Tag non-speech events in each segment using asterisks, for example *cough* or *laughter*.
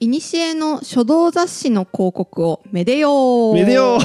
いにしえの書道雑誌の広告をめでようめでよう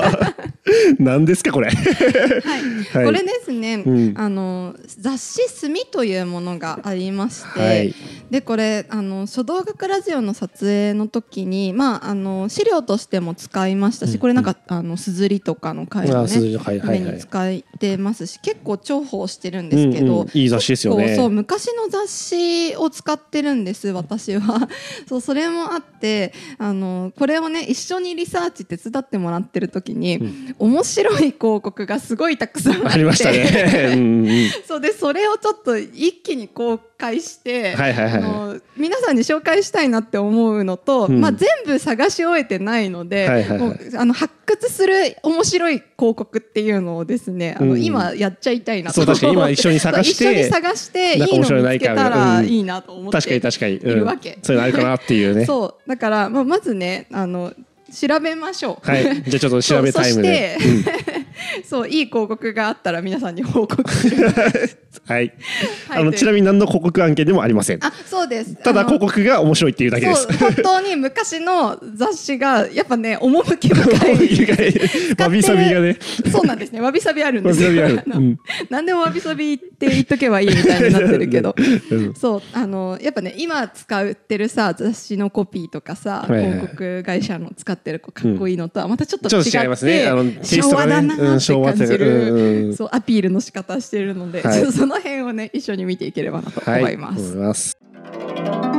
*laughs* 何で *laughs* すかこれはいこれですね、うんあの雑誌「墨」というものがありまして、はいでこれあの書道学ラジオの撮影の時に、まあ、あの資料としても使いましたし、これなんかあのすずりとかの回のあすずりねの回はい上はいに使ってますし結構重宝してるんですけうんど、うんいい雑誌ですよね結構そう昔の雑誌を使ってるんです私は *laughs* そうそれもあってあのこれをね一緒にリサーチ手伝ってもらってる時に、面白い広告がすごいたくさんあってありました *laughs* ねうんうんうんそうでそれをちょっと一気に公開して、はいはいはいあの皆さんに紹介したいなって思うのと、うんまあ、全部探し終えてないので、はいはいはいもうあの発掘する面白い広告っていうのをですねあの、うん今やっちゃいたいなとそう思っ確てかに今一緒に探してそう一緒に探していいなんか面白いののな見いつけかたうらんいいなと思って確かに確かに、うんいるわけそういうのあるかなっていうねそうだから、まあ、まずねあの調べましょう。は *laughs* いじゃあちょっと調べタイムでそうそして、 *laughs* そういい広告があったら皆さんに報告す *laughs* るはい、はいあといのうちなみに何の広告案件でもありませんあそうですたあだの広告が面白いっていうだけです *laughs* そう本当に昔の雑誌がやっぱね趣深いわびさびがねそうなんですねわびさびあるんですわびよさびあるのうん何でもわびさびって言っとけばいいみたいになってるけ *laughs* どうんそうあのやっぱね今使ってるさ雑誌のコピーとかさ、はいはい広告会社の使ってるこうかっこいいのとはまたちょっとち違ょっってと違いますねあのテイ昭スト和がだなっねてう感んじ昭和ってる、うんうんそうアピールの仕方してるので、はいちょっとその辺をね一緒に見ていければなと思います。思います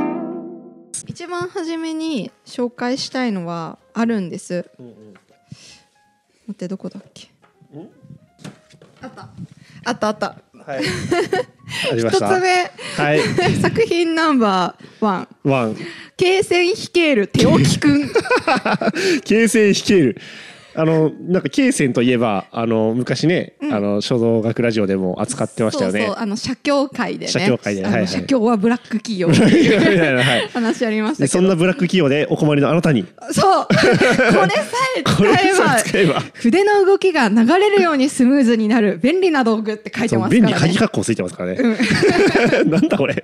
一番初めに紹介したいのはあるんです。待ってどこだっけ？あった。あったあった。はいありま *laughs* 一しつた目はい作品ナンバーワン。ワン経線ヒケール手置く *laughs* ん。京成ヒケールあのなんか京成といえばあの昔ね、あの書道学ラジオでも扱ってましたよねそうそうあの社協会でね。社協会であのはいはい社協はブラック企 *laughs* 業っていうみたいなはい話ありましたでけど。そんなブラック企業でお困りのあなたにそう。これさえこれ使えばさえ使えば筆の動きが流れるようにスムーズになる便利な道具って書いてそうます便か利らね鍵。格好ついてますからね、なんだこれ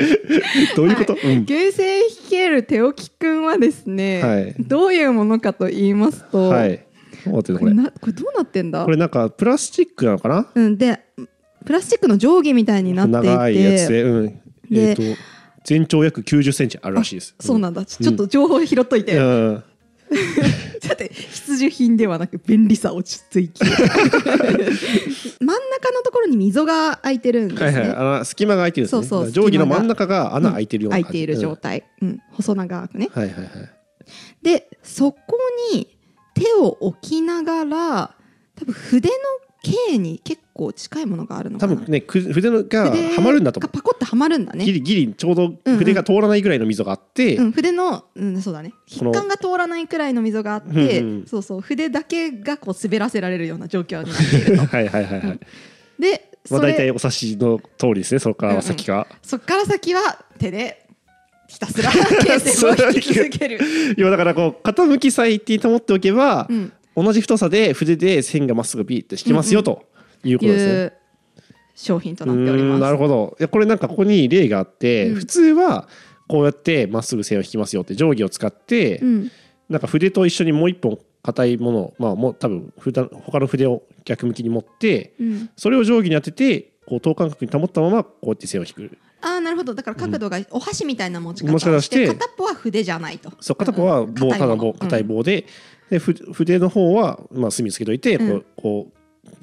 どういうこと、はい、厳正引ける手置くんはですね、はいどういうものかと言いますうと、んはい待ってねここれれなこれどうなってんだこれなんかプラスチックなのかなうん、でプラスチックの定規みたいになっていて長いやつで、うん、でえっ、と全長約90センチあるらしいですそうなんだちちょっと情報を拾っといて、うんだって必需品ではなく便利さをち追 *laughs* 求真ん中のところに溝が開いてるんですね、はいはい、あの隙間が空いてるんですね。そうそう定規の真ん中が穴開いてるような開感いじ。ている状態、うん、細長くねうん。はいはいはい。でそこに手を置きながら多分筆の径に結構近いものがあるの多かな分ね、く筆のが筆はまるんだと思がパコッとはまるんだう。ギね、リギリちょうど筆が通らないぐらいの溝があって、うん、筆の、うん、そうだねこ筆の管が通らないくらいの溝があって、うんうんそうそう筆だけがこう滑らせられるような状況 *laughs* になっているはいはいはいはい。でまあそ大体れお察しの通りですね。そこから先が。そっから先は手でひたす *laughs* ら形成を引き続ける、要はだからこう傾き最低保っておけば、うん、同じ太さで筆で線がまっすぐビーって引きますよということいですね。う商品とうなっておりーまんす。なるほどいやこれなんかここに例があって、うん普通はこうやってまっすぐ線を引きますよって定規を使って、うんなんか筆と一緒にもう一本硬いものをまあもう多分普段他の筆を逆向きに持ってうんそれを定規に当ててこう等間隔に保ったままこうやって線を引くああなるほどだから角度がお箸みたいな持ち方持をち方をして,、して片っぽは筆じゃないとそう片方はん棒ただ棒硬い棒で,、でふ筆の方はまあ墨つけといてこう,、うんこう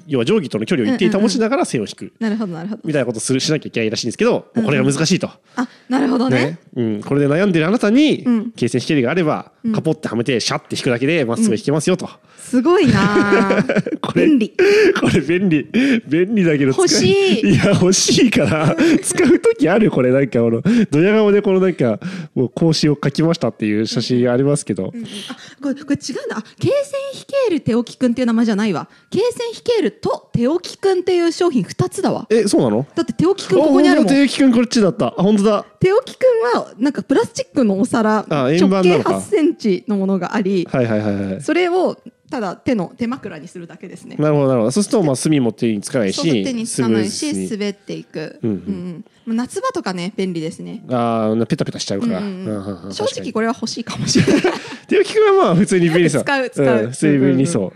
要は定規との距離を一定に保ちながら線を引く。なるほどなるほどみたいなことするしなきゃいけないらしいんですけど、もうこれが難しいと、あなるほどねねうん、これで悩んでるあなたに、うん形成引けりがあれば、うんカポってはめてシャッて引くだけでまっすぐ引けますよと、すごいなー *laughs* これ便利 *laughs* これ便利便利だけど使欲しいいや欲しいから *laughs* 使う時あるこれなんかこのドヤ顔でこのなんかもう格子を書きましたっていう写真ありますけど、あこれこれ違うんだあ経線ヒケール手置きくんっていう名前じゃないわ経線ヒケールと手置きくんっていう商品二つだわえそうなのだって手置きくんここにあるもん定期くんこっちだったあ本当だ手置きくんはなんかプラスチックのお皿あ直円盤な径のか8センチのものがありはいはいはいはいそれをただ手の手枕にするだけですね。なるほどなるほどそうするとまあ墨も手につかないそうそう手しにつスかムないーズしに滑っていく、うんううんんまあ夏場とかね便利ですね、ああペタペタしちゃうから、うんうんうんうんうん正確かに直これは欲しいかもしれない手拭き君はまあ普通に便利そう *laughs* 使う使うん普通に便利そ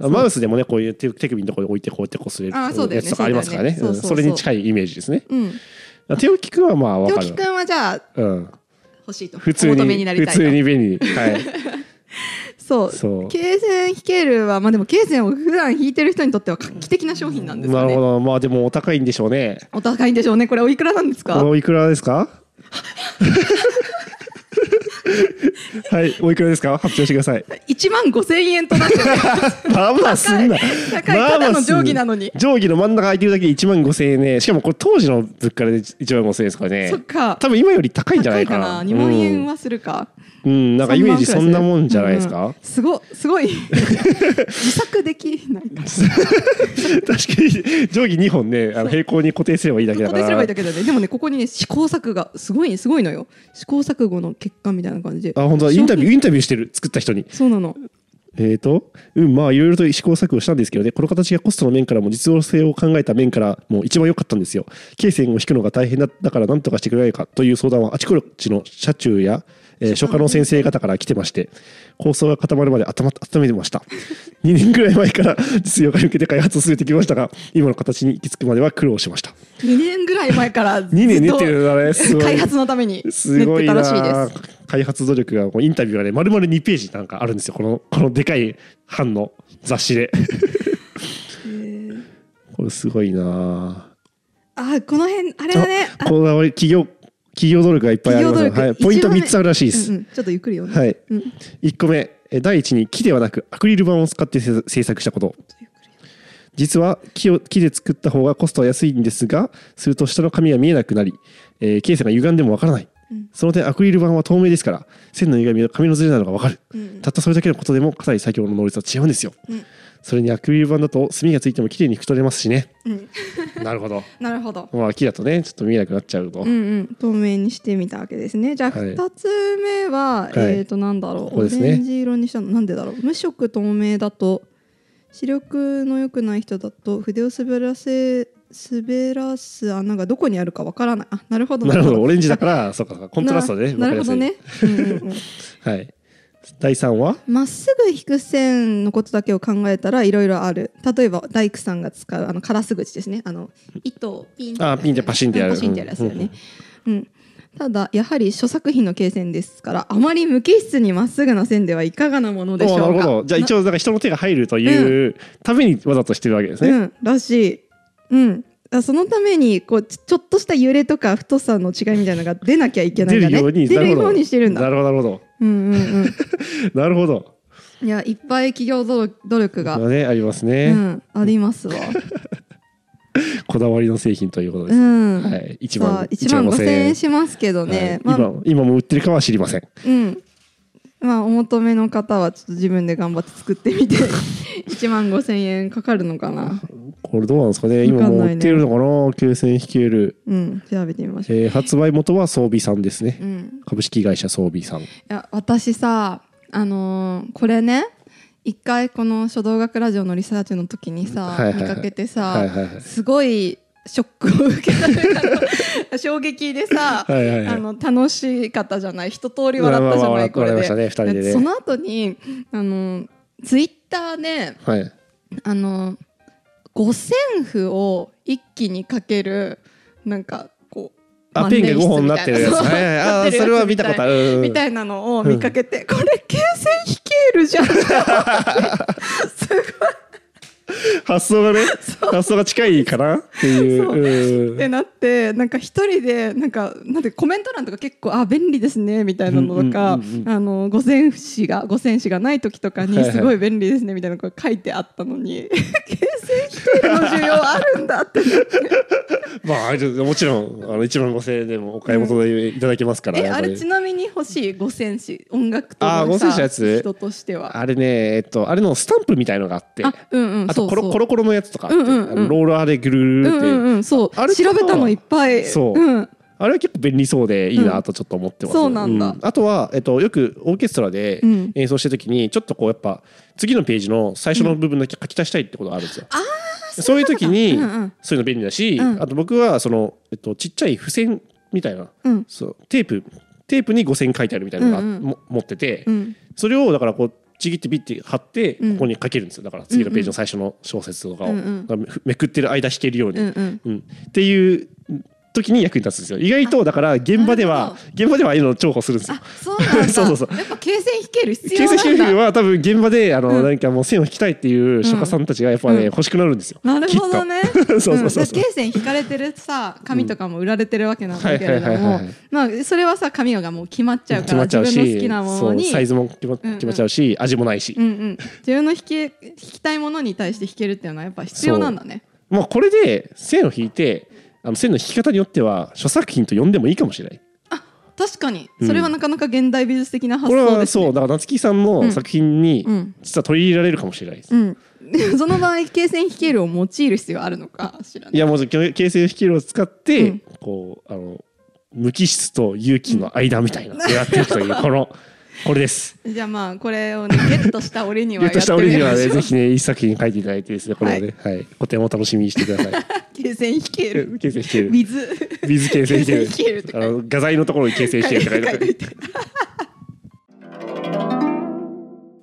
う、マウスでもねこういう手手首のところに置いてこうやってこすれるあーそうだよねやつとかありますからねそうだよねうんそうそそうそうれに近いイメージですねうん手置き君はまあわ陽か気るくんはじゃあうん欲しいと普通お求めにになり普たいと通に *laughs* 便利はいそうそう経線弾けるはまあでも経線を普段弾いてる人にとっては画期的な商品なんですなよるねほどまあでもお高いんでしょうねお高いんでしょうねこれおいくらなんですかおいくらで *laughs* すかはいおいくらですか発表してください1万5千円となってますまあまあすんな高いただの定規なのにまあまあすんな定規の真ん中空いてるだけで1万5000円ねしかもこれ当時の物価で1万5000円ですからねそっか多分今より高いんじゃ高ないいかかなな2万円はするか、うん、うんなんかイメージそんなもんじゃないですうかん、すごすごい *laughs* 自作できないか *laughs* 確かに定規2本ねあの平行に固定すればいいだけだ固か定すれらばいいだけだねでもねここにね試行錯誤がすごいすごいのよ試行錯誤の結果みたいな感じであ本当だインタビューーインタビューしてる作った人にそうなのえーとうんまあいろいろと試行錯誤したんですけどねこの形がコストの面からも実用性を考えた面からも一番良かったんですよ経線を引くのが大変だだから何とかしてくれないかという相談はあちこちの社中や、えー初夏の先生方から来てまして構想が固まるまで頭温めてました *laughs* 2年ぐらい前から実用化に向けて開発を進めてきましたが今の形に行き着くまでは苦労しました2年ぐらい前から2 2年寝てるんだねすごい開発のためにすごい練なってたらしいですあ開発努力がこうインタビューがね丸々2ページなんかあるんですよこの *laughs* このでかい版の雑誌でこれすごいなああこの辺あれだねあこだわり企業企業努力がいっぱいありますねはい、ポイント一番目3つあるらしいです、うんうんちょっとゆっくりよねはいうんちょっ1個目え第1に木ではなくアクリル板を使って制制作したこととゆっくり実は木を木で作った方がコストは安いんですがすると下の紙が見えなくなり、えー、ケースが歪んでもわからない、うんその点アクリル板は透明ですから線の歪みが紙のズレなのがわかる、うんたったそれだけのことでもかなり作業の能率は違うんですよ、うんそれにアクリル板だと墨がついても綺麗に拭き取れますしねうんなるほどなるほどまあ木だとねちょっと見えなくなっちゃうと、うんうん透明にしてみたわけですねじゃあはい2つ目は、いえっ、となんだろうここですオねレンジ色にしたのなんでだろう無色透明だと視力の良くない人だと筆を滑らせ滑らす穴がどこにあるかわからないあなるほど *laughs* なるほどオレンジだから *laughs* そうかそうかコントラストでねななるほどわねか、うんうんうんりやすいはい第3話まっすぐ引く線のことだけを考えたらいろいろある例えば大工さんが使うあのカラス口ですねあの糸をピンあーピンってパシンってやるうんパシンってやるやつだよね、うんただやはり諸作品の経線ですからあまり無機質にまっすぐな線ではいかがなものでしょうかおなるほどじゃあ一応応なんか人の手が入るというためにわざとしてるわけですね、うんらしいうんあそのためにこうちちょっとした揺れとか太さの違いみたいなのが出なきゃいけないんだね出るように出るなるほよどうにしてるんなだるほどなるほうんうんどなるほどうんいやいっぱい企業努力努力が、まあねありますうね、ん、ありますわこだわりの製品ということでうす、ん、はい1さあ万1万5000 5000円しますけどはいね、まあ、今今も売ってるかは知りませんうんまあお求めの方はちょっと自分で頑張って作ってみて *laughs* 1万5000円かかるのかなこれどうなんですかねわ今かんもなういね売ってるのかな九千引ける、うん調べてみましょう、えー発売元は装備さんですね、うん、株式会社装備さんいや私さあのーこれね一回この書道学ラジオのリサーチの時にさ、はいはいはい見かけてさ、はいはいはいすごいショックを受けたというか *laughs* あの衝撃でさ、はいはいはいあの楽しかったじゃない一通り笑ったじゃまあまあな笑いこれ笑いでましたね二人でねその後にあのツイッターではいあの五線譜を一気にかけるなんかこうあ万ペ年ンが筆五本になってるやつみたいはいはいあなーそれは見たことあるみたいなのを見かけて、これ形線弾けるじゃんすごい発 *laughs* 想がね発想が近いかなっていうそううんってなってなんか一人でなんかなんてコメント欄とか結構あ便利ですねみたいなのとか、うんうんうんうんあの五線紙が五線紙がない時とかはにいはいすごい便利ですねみたいなこと書いてあったの *laughs* に形成否定の需要あるんだってまあもちろんあの1万5000円でもお買い求めいただけますから、えやっあぱりれちなみに欲しい五線紙音楽とあー五線紙のやつ人としてはあれねえっとあれのスタンプみたいのがあってあうんうんあとコロそうそうコロコロのやつとかあって、うんうんうんあのローラーでぐるぐるうぐるんって、うんうんそうあれかな調べたのいっぱいそううん、あれは結構便利そうでいいなとちょっと思ってます、うんそうなんだあとは、えっと、よくオーケストラでうん演奏した時にちょっとこうやっぱ次のページの最初の部分だけ書き足したいってことがあるんですよ、そういう時にうんうんそういうの便利だし、うんあと僕はその、えっと、ちっちゃい付箋みたいな、うんそうテープテープに5線書いてあるみたいなのが、うんうんも持ってて、うんそれをだからこうちぎってビッて貼ってこうんこに書けるんですよだから次のページの最初の小説とかうを、んうんだからめくってる間弾けるように、うんうんうんっていう時に役に立つんですよ意外とだから現場でなるはほ現場ではああいうのを重宝するんですよあそうなんだ *laughs* そうそうそうやっぱ形線引ける必形要成な修んだ復は多分現場であの、うんなんかもう線を引きたいっていう書家さんたちがやっぱね、うん欲しくなるんですよなるほどね。きっと *laughs* そうそうそうそんでう経線引かれてるさ紙とかも売られてるわけなんだけれどはいはいはいもはいはい、まあそれはさ紙がもう決まっちゃうか決らまっち自ゃう分のし好きなものにそうサイズも決まうんうん決まっちゃうし、味もないし、うんうん、自分の弾け弾きたいものに対して弾けるっていうのはやっぱ必要なんだね。まあこれで線を引いてあの線の引き方によっては著作品と呼んでもいいかもしれない確かにうんそれはなかなか現代美術的な発これ想はですそうね。だから夏木さんうのん作品にうん実は取り入れられるかもしれないです、うん、でその場合経線弾けるを用いる必要あるのかしらいね。やもう形成引き色を使って、うんこうあの無機質と有機の間みたいなのをやっていくという、*laughs* このこれですじゃあまあこれをねゲットした俺にはゲやッってトみした俺にはまねしょぜう。ひね一作品書いていただいてですねこれをね、はい個展をお楽しみにしてください経線弾ける *laughs* 形成引き色 with 水形成形成ししててるってる書あいての画材のところに形成してるって書いてあ書いといるて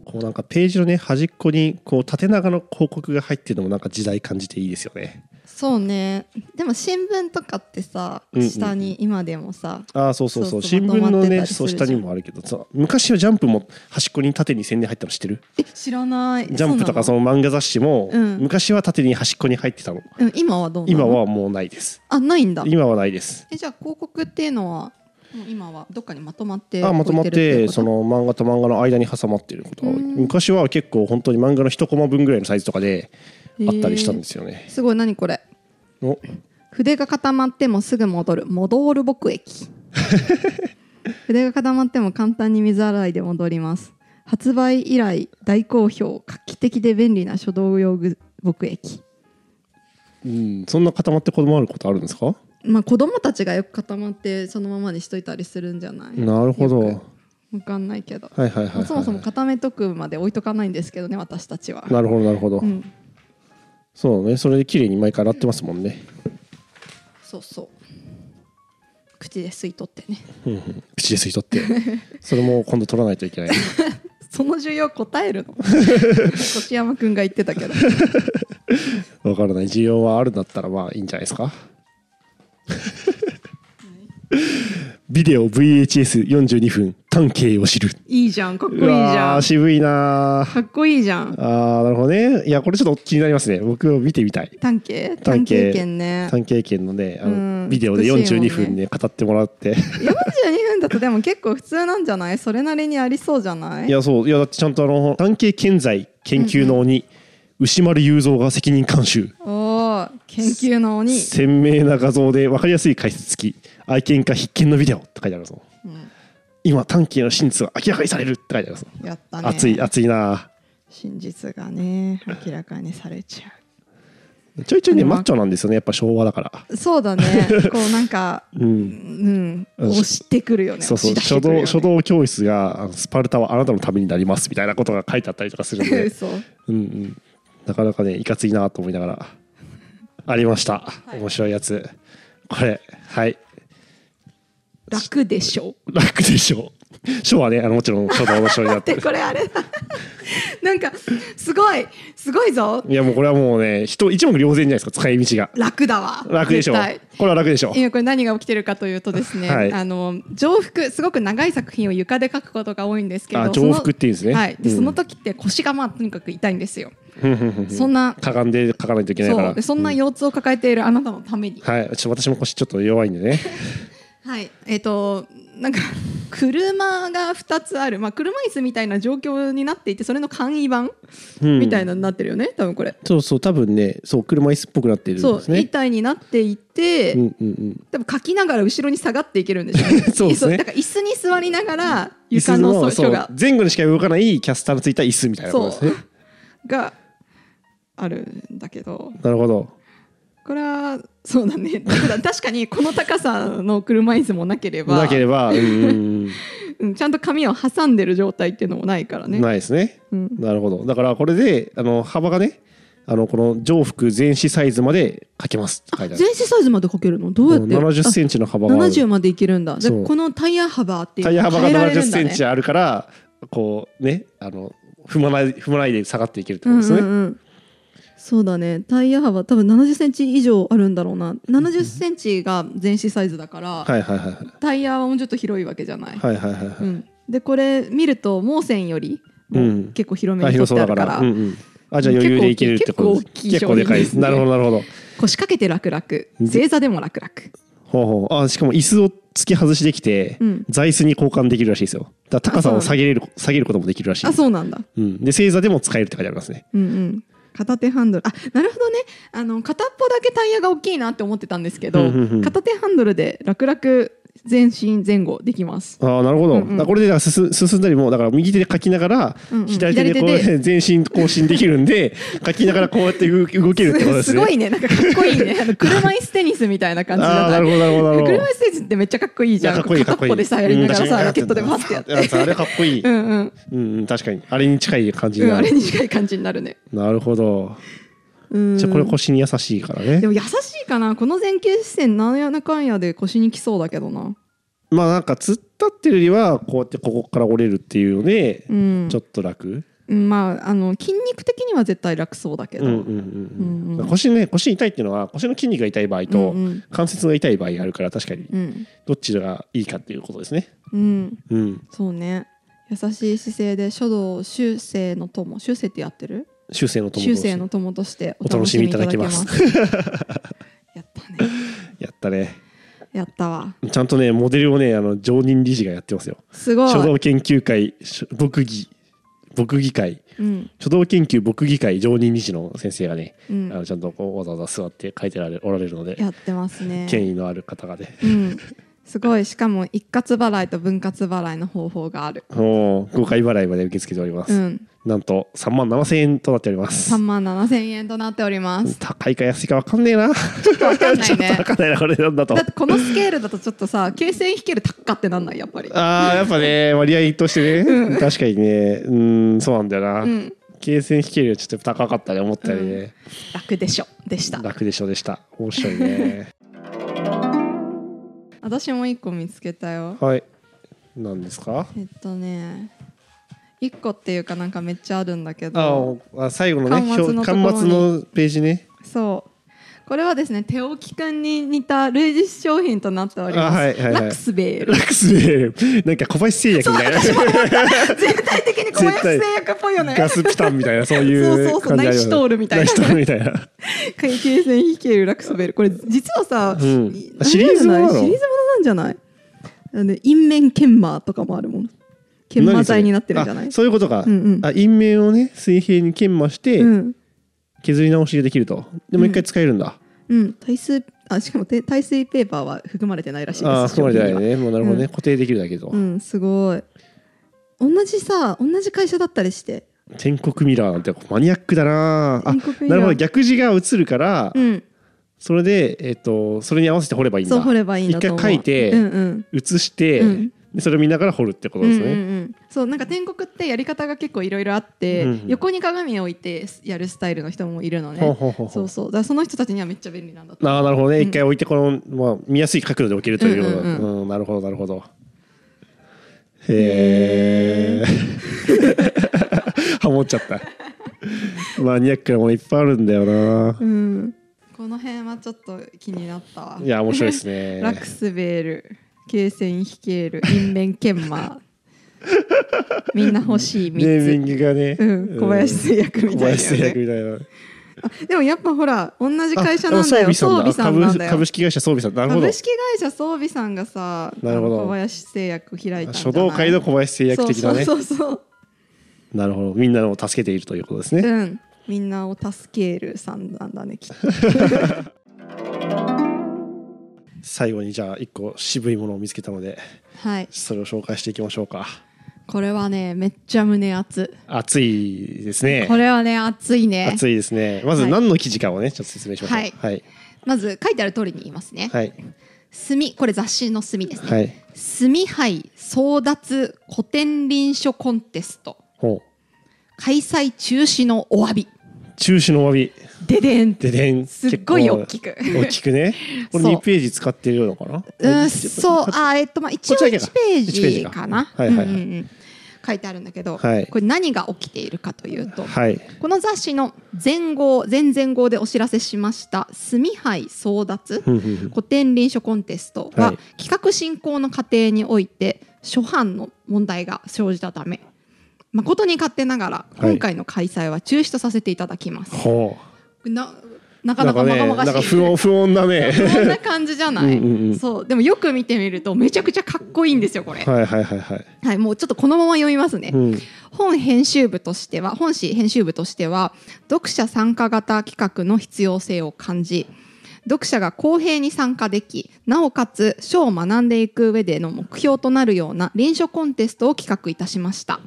こうなんかページのね端っこにこう縦長の広告が入ってるのもなんか時代感じていいですよねそうねでも新聞とかってさうんうん下に今でもさ、ああそうそうそうそうそう新聞まとまのってたねりすそうる下にもあるけどそう昔はジャンプも端っこに縦に宣伝入ったの知ってるえ知らないジャンプとかそそうの漫画雑誌もうん昔は縦に端っこに入ってたのなのうん今はどうなの今はもうないですあないんだ今はないですえじゃあ広告っていうのはもう今はどっかにまとまってあまとまっ置いるいてうことその漫画と漫画の間に挟まってることが多いうん昔は結構本当に漫画の一コマ分ぐらいのサイズとかであったりしたんですすよねすごい何これお筆が固まってもすぐ戻る戻る僕液 *laughs* 筆が固まっても簡単に水洗いで戻ります発売以来大好評画期的で便利な書道用具僕液うんそんな固まって子供あることあるんですかまあ子供たちがよく固まってそのままにしといたりするんじゃないなるほどよくわかんないけど、はいはいはいまはあいそもそも固めとくまで置いとかないんですけどね私たちは、なるほどなるほどうん、そうねそれで綺麗に毎回洗ってますも *laughs* んねそうそう口で吸い取ってね *laughs* うんうん口で吸い取ってそれも今度取らないといけないその需要答える *laughs* の越山くんが言ってたけどわからない需要はあるんだったらまあいいんじゃないですかビデオ VHS42 分探偵を知るいいじゃんかっこいいうじゃわんー渋いなーかっこいいじゃんあーなるほどねいやこれちょっと気になりますね僕を見てみたい探偵探偵券ね探偵券のねあの、うんビデオで美しいもん42ね分で、語ってもらって42分だとでも結構普通なんじゃないそれなりにありそうじゃないいやそういやだってちゃんとあの探偵健在研究の鬼、牛丸雄三が責任監修おー研究の鬼鮮明な画像で分かりやすい解説付き愛犬家必見のビデオって書いてあるぞ、今探検の真実が明らかにされるって書いてあるぞ、やったね熱い熱いな真実が *laughs* ね明らかにされちゃちょいちょいねでもマッチョなんですよねやっぱ昭和だから、うそう *laughs* だねこうなんかうんうんうん押してくるよねそうそう押し書出してくるよ道ね書道教室があの「スパルタはあなたのためになります」みたいなことが書いてあったりとかする *laughs* んで嘘うん、うん、なかなかねいかついなと思いながらありました、い面白いやつこれはい楽でしょ楽でしょう書はねあのもちろん書道の書になっでてこれあれだ *laughs* なんかすごいすごいぞいやもうこれはもうね人一目瞭然じゃないですか使い道が楽だわ楽でしょう絶対これは楽でしょう今これ何が起きてるかというとですね、はいあの上腹すごく長い作品を床で描くことが多いんですけあど上腹っていうんですねそのはいでうんその時って腰がまあとにかく痛いんですよ、そんなかがんで書かないといけないかそらうでそんな腰痛を抱えているあなたのために、はいちょ私も腰ちょっと弱いんでねはいえっ、となんか *laughs* 車が2つある、まあ、車椅子みたいな状況になっていてそれの簡易版うんみたいなのになってるよね、多分これ。そうそう多分ねそう車椅子っぽくなってるんそうですねみたいになっていて、うんうんうん多分書きながら後ろに下がっていけるんでしょうね *laughs* そうですねだから椅子に座りながら椅床子ののそうそ書うが前後にしか動かないキャスターのついた椅子みたいなことですねがあるんだけどなるほどこれはそうだねだから確かにこの高さの車椅子もなければなければ、うんうんうんちゃんと髪を挟んでる状態っていうのもないからうねん、ないですね。うんなるほど。だからこれで、あの、幅がね、あの、この上腹全身サイズまで書けますって書いてある。全身サイズまでかけるのどうやって70センチの幅あがある。 70までいけるんだじゃあそうこのタイヤ幅っていうタイヤ幅が変えられ70るんだセねンチあるから、こうね、あの、踏まない、踏まないで下がっていけるってことですね。うんうんうんそうだねタイヤ幅多分70センチ以上あるんだろうな70センチが全身サイズだから、はいはいはい。タイヤはもうちょっと広いわけじゃない、はいはいはいはうい。ん、でこれ見るとモーセンよりうん結構広めあに取っ広そてうあだるかからら。うんうん。あ、じゃあ余裕でいけるってことです。結構大きい結結構構大きいでかいで商す。品ですなねるほどなるほど。腰掛けて楽々正座でも楽々ほうほうあしかも椅子を突き外しできて、うん座椅子に交換できるらしいですよだから高さをあそう下げれる下げることもできるらしいあそうなんだう、ん、で正座でも使えるって書いてありますねうんうん片手ハンドルあなるほどねあの片っぽだけタイヤが大きいなって思ってたんですけど、うんうんうん片手ハンドルで楽々前進前後できますああなるほど、うんうんだからこれでだから進進んだりもだから右手で書きながら、うんうん左手でこう左手 *laughs* 全身更新できるんで *laughs* 書きながらこうやって動動けるってことですすねごいねなんかかっこい *laughs* いねあの車椅子テニスみたいな感じあだあななるほどなるほどなるほど車椅子テニスってめっちゃかっこいいじゃんやかっこいいかっこいい片っぽでさやりながらうさんラケットでバッてやっいやてあれかっこいい、ううんんうんうん、確かにあれに近い感じうにん、なある、れに近い感じになるね。なるほどうんじゃあこれ腰に優しいからねでも優しいかなこの前傾姿勢なんやかんやで腰にきそうだけどな。まあなんか突っ立ってるよりはこうやってここから折れるっていうので、うんちょっと楽、うんまああの筋肉的には絶対楽そうだけうど。んうんうんうんううんん、腰ね腰痛いっていうのは腰の筋肉が痛い場合と、うんうん関節が痛い場合があるから確かにうんどっちがいいかっていうことですね。うんうん、そうね優しい姿勢で書道修正の友修正ってやってる修正のとも修正の友としておお楽楽ししみみいいたただだけけまますす *laughs* やったねやったねやったわちゃんとねモデルをねあの常任理事がやってますよ。すごい書道研究会書牧議牧議会うん書道研究牧議会常任理事の先生がね、うんあのちゃんとこうわざわざ座って書いてられおられるのでやってますね権威のある方がね。うんすごいしかも一括払いと分割払いの方法があるおー公開払いまで受け付けておりまうす、んなんと3万7千円となっております3万7千円となっております高いか安いか分かんねえなちょっとわかんなちょいっとね分かんないなこれなんだとだってこのスケールだとちょっとさ形線引ける高っってなんないやっぱりあーやっぱね割合としてね、確かにねうんそうなんだよな、うん経線引けるよりちょっと高かったね思ったよりね、楽でしょでした楽でしょでした面白い *laughs* ね私も一個見つけたよはい何ですかえっとね一個っていうかなんかめっちゃあるんだけあどーあ最後のね巻末のところに表巻末のページねそうこれはですね手置きくんに似た類似商品となっております、あはいはいはいラクスベールラクスベール *laughs* なんか小林製薬みたいな全体的に小林製薬っぽいよねガスピタンみたいなそうそいうそううそう感じあナイるよねストールみたいなナイストールみたいな会計線引けるラクスベルこれ実はさ、うんいシリーズもなのあれじゃないシリーズものなんじゃないあの陰面研磨とかもあるもん研磨剤になってるんじゃない何それあそういうことか、うんうんあ陰面をね水平に研磨してうん削り直しができると、でもう一回使えるんだ、うん耐水あしかもて耐水ペーパーは含まれてないらしいですああそうなんじゃない商品にはねもうなるほどね、うん固定できるだけと、うんすごい同じさ同じ会社だったりして天国ミラーなんてマニアックだなあ天国ミラーなるほど逆字が映るから、うんそれでえっ、とそれに合わせて掘ればいいんだそう掘ればいいんだと思う一回書いて、うんうん写して、うんでそれを見ながら掘るってことうんでうすんね、うん、そうなんか天国ってやり方が結構いろいろあって、うんうん横に鏡を置いてやるスタイルの人もいるのねほうほうほうほうそうそうだからその人たちにはめっちゃ便利なんだってああなるほどね、ん一回置いてこの、まあ、見やすい角度で置けるというような、うんううんなるほどなるほどへえ *laughs* ハモっちゃったマニアックなものいっぱいあるんだよなうんこの辺はちょっと気になったわいや面白いですねラクスベール経線ヒケールインメンケン *laughs* マーみんな欲しいネー3ミングがね、つ、うん、小林製薬み小たい林な、製薬ね、みたいなあ *laughs* でもやっぱほら同じあ会社なんだあよ装備装ささんんなだんだよ株式会社装備さんなるほど株式会社装備さんがさあなるほどの小林製薬開いたんじゃな書い道界の小林製薬的なねそうそうそうなるほどみんなのを助けているということですね、そううんみんなを助けるさんなんだねきっと *laughs* 最後にじゃあ一個渋いものを見つけたのではいそれを紹介していきましょうかこれはねめっちゃ胸熱暑いですねこれはね熱いね暑いですねまず何の記事かをねちょっと説明しましょうはいはい、まず書いてある通りに言いますね。はい墨これ雑誌の墨ですね。はい墨杯争奪古典臨書コンテストほ開催中止のお詫び。う中止のお詫びででん。ででんすっごい結構大きく大き *laughs* くねこれそう2ページ使ってるようなのかなうん、そう、あ、えっと、まあ、一応こっちだ1けペかー1ページジかかな。はいはいはいうんうんうん書いてあるんだけど、はいこれ何が起きているかというと、はいこの雑誌の前号、前々号でお知らせしました、墨杯争奪うんうんうん古典臨書コンテストははい企画進行の過程において、初版の問題が生じたため、誠に勝手ながら、はい今回の開催は中止とさせていただきます。ほななうかななんかかまねがまなんがしい。か不 *laughs* 穏不穏だねこんな感じじゃない。うんうんうんそう、でもよく見てみると、めちゃくちゃかっこいいんですよ、これ。はい、はいはいはいはいもうちょっとこのまま読みますね。うん本編集部としては、本誌編集部としては、読者参加型企画の必要性を感じ。読者が公平に参加でき、なおかつ書を学んでいく上での目標となるような臨書コンテストを企画いたしました。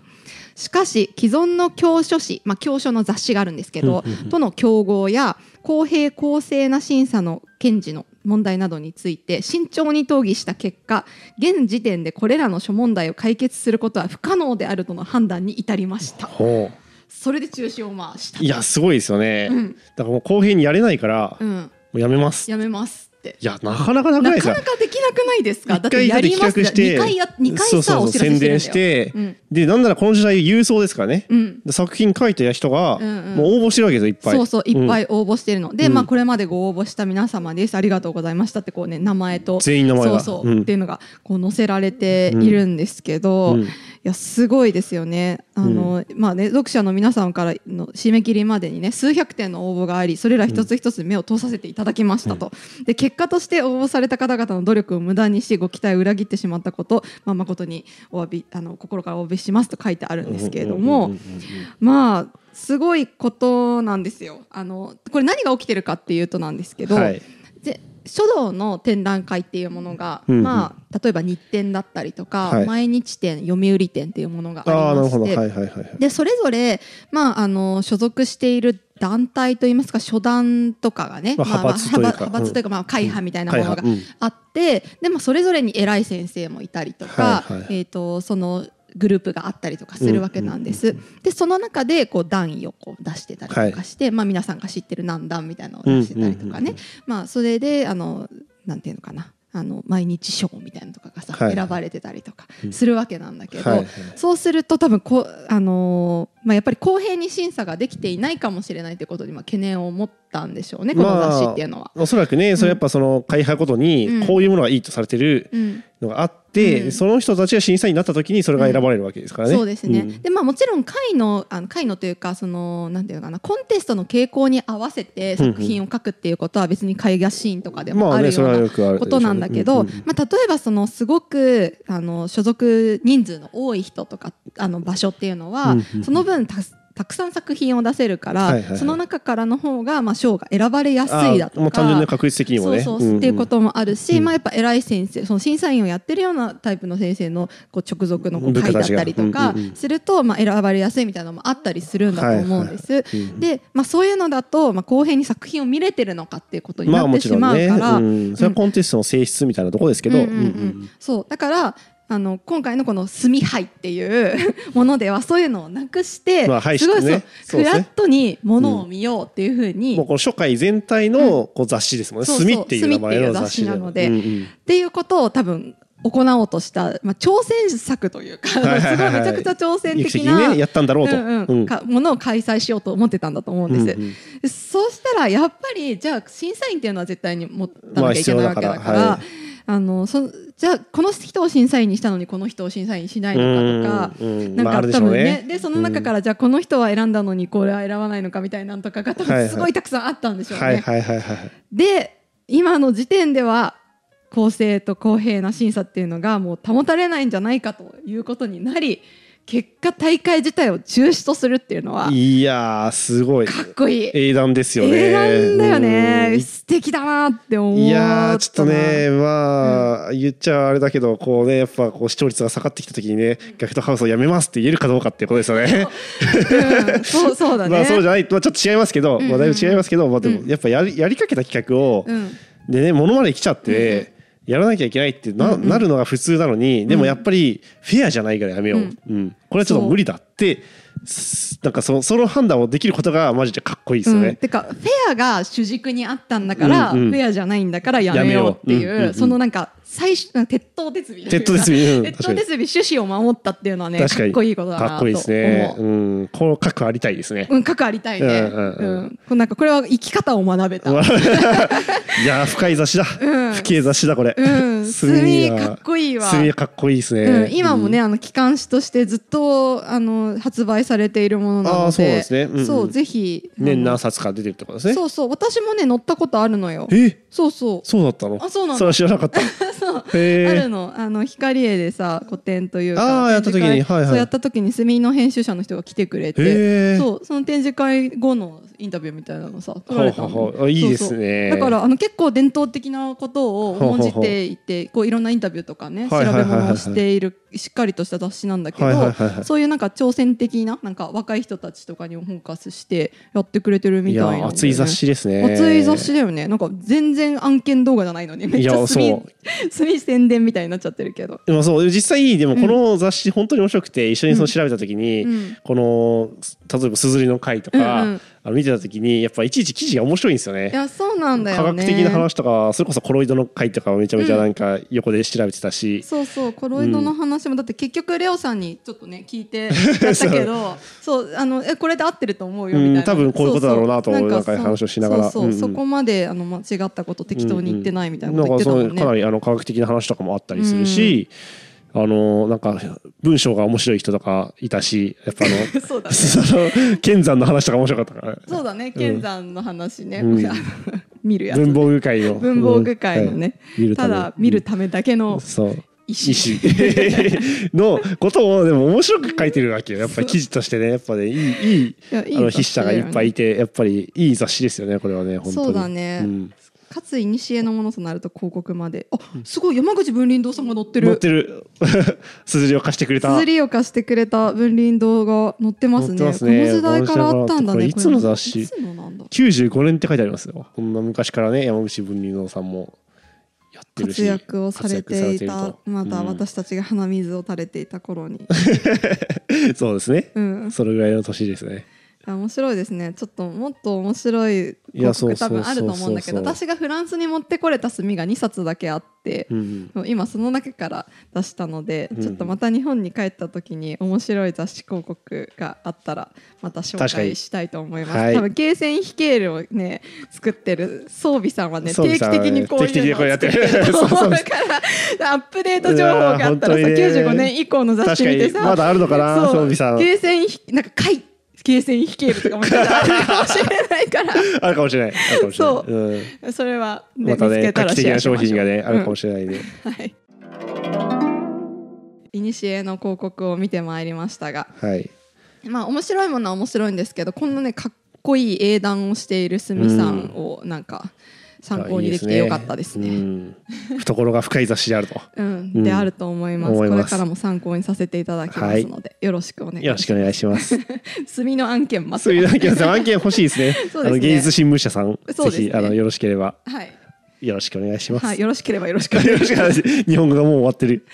しかし既存の教書誌、まあ、教書の雑誌があるんですけど、との競合や公平公正な審査の検事の問題などについて慎重に討議した結果現時点でこれらの諸問題を解決することは不可能であるとの判断に至りま *laughs* したほうそれで中止をまあしたいやすごいですよね、うんだからもう公平にやれないから、うもん、うやめますやめますっていやなかなかなくないなですかかなかできなくないですかだ一って回だやってります企画して2回や二回そうそうさそうお知らせしてる宣んだよ伝して、うんでなんならこの時代優勝ですからね、うん作品書いてた人が、うんうんもう応募してるわけですよいっぱいそうそういっぱい、い応募してるので、うんまあこれまでご応募した皆様ですありがとうございましたってこうね名前と全員名前がそうそう、うんっていうのがこう載せられているんですけど、うんうんいやすごいですよねあの、まあね読者の皆さんからの締め切りまでにね数百点の応募がありそれら一つ一つ目を通させていただきましたと、で結果として応募された方々の努力を無駄にしご期待を裏切ってしまったこと、まあ、誠にお詫びあの心からお詫びしますと書いてあるんですけれども。うんうんうんうんまあすごいことなんですよあのこれ何が起きてるかっていうとなんですけど、はいで書道の展覧会っていうものが、うんうんまあ、例えば日展だったりとか、はい毎日展読売展っていうものがああありなるまほしどはいて、はいはいはいでそれぞれ、まあ、あの所属している団体といいますか初団とかがね、まあ派閥というか派閥というか、まあ、会派みたいなものが会派あって、でもそれぞれに偉い先生もいたりとか、はいはいえー、とそのグループがあったりとかするわけなんです、でその中でこう段位をこう出してたりとかして、まあ、皆さんが知ってる何段みたいなのを出してたりとかね、うんうんうんうんまあ、それであのなんていうのかなあの毎日賞みたいなのとかがさ、はい選ばれてたりとかするわけなんだけど、はいはいそうすると多分こう、あのーまあ、やっぱり公平に審査ができていないかもしれないということにまあ懸念を持ったんでしょうねこの雑誌っていうのは。まあ、おそらくねそれやっぱその会派ごとうにんこういうものがいいとされてるうんのがあって、うんその人たちが審査員になった時にそれが選ばれるわけですからね、そうですね、んでまあもちろん会のあの会のというかそのなんていうのかなコンテストの傾向に合わせて作品を書くっていうことは別に絵画シーンとかでもまああねるよそれはうよくあるでしょうなねことなんだけど、うんうんまあ、例えばそのすごくあの所属人数の多い人とかあの場所っていうのは、うんうんその分たたくさん作品を出せるから、はいはいはいその中からの方がまあ賞が選ばれやすいだあーもとう単純かな。確率的にもねそうそう、っていうこともあるし、うんまあやっぱ偉い先生その審査員をやってるようなタイプの先生のこう直属のこう部下会だたっちがたりとかうんうんうんすると、まあ、選ばれやすいみたいなのもあったりするんだと思うんです。いはいで、まあ、そういうのだと、まあ、公平に作品を見れてるのかっていうことにまなあっもてしちろまんうね、から、うん、それはコンテストの性質みたいなとこですけど、うんうんうんそうだからあの今回のこの「墨杯」っていうものではそういうのをなくして、まあ排すしてごいねそうそうフですラねットにものを見ようっていうふうに、もうこの初回全体のこう雑誌ですもんね「そう墨そうっていう名前の雑誌墨っていう雑誌なのでうんうんっていうことを多分行おうとした、まあ、挑戦策というかすごいはいめはいはいちゃくちゃ挑戦意識的的になねやったんだろうと。うんううんんかものを開催しようと思ってたんだと思うんです、うんうんでそうしたらやっぱりじゃあ審査員っていうのは絶対に持ったなきゃいけないわけだから,、まあ必要だからはいあのそじゃあこの人を審査員にしたのにこの人を審査員にしないのかとか。うんうんなんまあかあるでし多ょう分ねでその中からじゃあこの人は選んだのにこれは選ばないのかみたいなんとかが多はいは分いすごいたくさんあったんでしょうね。はいはいはいはい。で今の時点では公正と公平な審査っていうのがもう保たれないんじゃないかということになり結果大会自体を中止とするっていうのはかいやーすごいっこいい英断ですよね映画だようねん素敵だなって思ういやーちょっとねまあ、言っちゃあれだけどこうねやっぱこう視聴率が下がってきた時にね「ガクトハウスをやめます」って言えるかどうかっていうことですよね。うんそうそうだね *laughs* まあそうじゃない、まあ、ちょっと違いますけど、んうんまあ、だいぶ違いますけど、まあ、でうもやっぱやりやりかけた企画を、うんでねものまで来ちゃって、やらなきゃいけないってな,、なるのが普通なのにでもやっぱりフェアじゃないからやめよう、ううんんこれはちょっと無理だってすなんかそのその判断をできることがマジでかっこいいですようん、ね。てかフェアが主軸にあったんだから、うんうんフェアじゃないんだからやめようっていうやめよううんうんうんそのなんか最初なんか鉄塔鉄尾というか鉄塔鉄尾うん鉄確塔かに鉄尾趣旨を守ったっていうのはねか確かっにこいいことだなとかっ思こういいですね。うん、この核ありたいですね。うん、かくありたいね。うんうんうんうんこうなんかこれは生き方を学べた。いやー深い雑誌だ、うん深い雑誌だこれ、 *laughs* うん墨が墨かっこいいわ墨かっこいいですね、うん、今もね、あの機関誌としてずっとあの発売されているものなので、あーそうなんですねうんうんそうぜひあの年何冊か出てるってことですねそうそう、私もね乗ったことあるのよ。えそう *laughs* そう。そうだったのあそうなんだそれは知らなかった *laughs* そうへーあるのあの光栄でさ個展というかあーやった時に展示会はいはいそうやった時に墨の編集者の人が来てくれへてーそうその展示会後のインタビューみたいなのさ撮られたのほうほうほうあいいですねそうそうだからあの結構伝統的なことを重んじていてこういろんなインタビューとかね調はいべはいはいはい物をしているしっかりとした雑誌なんだけはいはいはいはどいそういうなんか挑戦的ななんか若い人たちとかにもフォーカスしてやってくれてるみいたいやなんだよーね熱い雑誌ですね熱い雑誌だよねなんか全然案件動画じゃないのにめっちいゃや隅そう *laughs* 隅宣伝みたいになっちゃってるけどでもそう実際にでもこの雑誌本当に面白くて、一緒にその調べた時に、うんこの例えば「すずりの会」とか、うんうんあの見てた時にやっぱいちいち記事が面白いんですよねいやそうなんだよね科学的な話とかそれこそコロイドの会とかをめちゃめちゃなんか横で調べてたし、そうそうコロイドの話も、だって結局レオさんにちょっとね聞いてやったけどそうあのえこれで合ってると思うよみたいな、うん多分こういうことだろうなとそそなんかそう話をしながらそうそう、うんうんそこまであの間違ったこと適当に言ってないみたいななこんと言ってたもかそうんね、かなりあの科学的な話とかもあったりするし、あのなんか文章が面白い人とかいたしやっぱあ *laughs* そうだのねその剣山の話とか面白かったからそうだね剣山の話ね、うん *laughs* 見るやつ文房具会の文房具界のね、うんはい見るたためだ見るためだけうのんそう石石 *laughs* のことをでも面白く書いてるわけよやっぱり記事としてねやっぱねいいいいいやいいあの雑筆誌だ者よがねいっぱいいてやっぱりいい雑誌ですよねこれはね本当にそうだねんかつ古のものとなると広告まであすごい山口文林堂さんが載って載っるてる *laughs* 硯を貸してくれた硯を貸してくれた文林堂が載ってます載ねってますねこの時代からあったんだねこれいつの雑誌いつのなんだ95年って書いてありますよこんな昔からね山口文理堂さんもやってるし活躍をされてい活躍されたてるとまた私たちが鼻水を垂れていた頃にいうんそうですね、うんそれぐらいの年ですねや面白いですねちょっともっと面白いいや広そう告そ多うそう分あると思うんだけどそうそう私がフランスに持ってこれた墨が2冊だけあってう、ん今その中から出したので、うんちょっとまた日本に帰った時に面白い雑誌広告があったらまた紹確か介にしたいと思います、はい多分ゲーセンヒケールをね作ってる装備さんはね装備さんは定ね期的にこう定期的いうにのこをうや作っっててると思う *laughs* そうそうからアップデート情報があったらさうわー本当にね95年以降の雑誌見て確かにさまだあるのかなそう装備さんゲーセンひなんか回ゲーセンヒケールとかもちょっとあるかもしれないから *laughs* あるかもしれないあるかもしれないそうんそれは、ねまた見つねけた画ら期シ的ェアなしま商しょう品がねあるかもうんしれないね、はい。いにしえの広告を見てまいりましたが、はいまあ面白いものは面白いんですけど、こんなねかっこいい英断をしているすみさんをなんか参考にできてよかったですね。いいですねうん懐が深い雑誌であるとうん、うんであると思います,、思いこれますからも参考にさせていただきますので、よろしくお願いしよまろしす。くお願い *laughs* します墨の案件待そっういうて案件さん案件欲しいですねそうですねあの芸術新聞社さんそうぜですねひあのよろしければます。はい。 *laughs* よろしくお願いします、はい、よろしければよろしくお願よいろししくおま願いす。します日本語がもう終わってる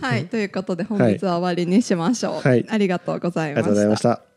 はい、ということで本日は終わりにしましょう。はいありがとうございあまりがしとうございたまし。た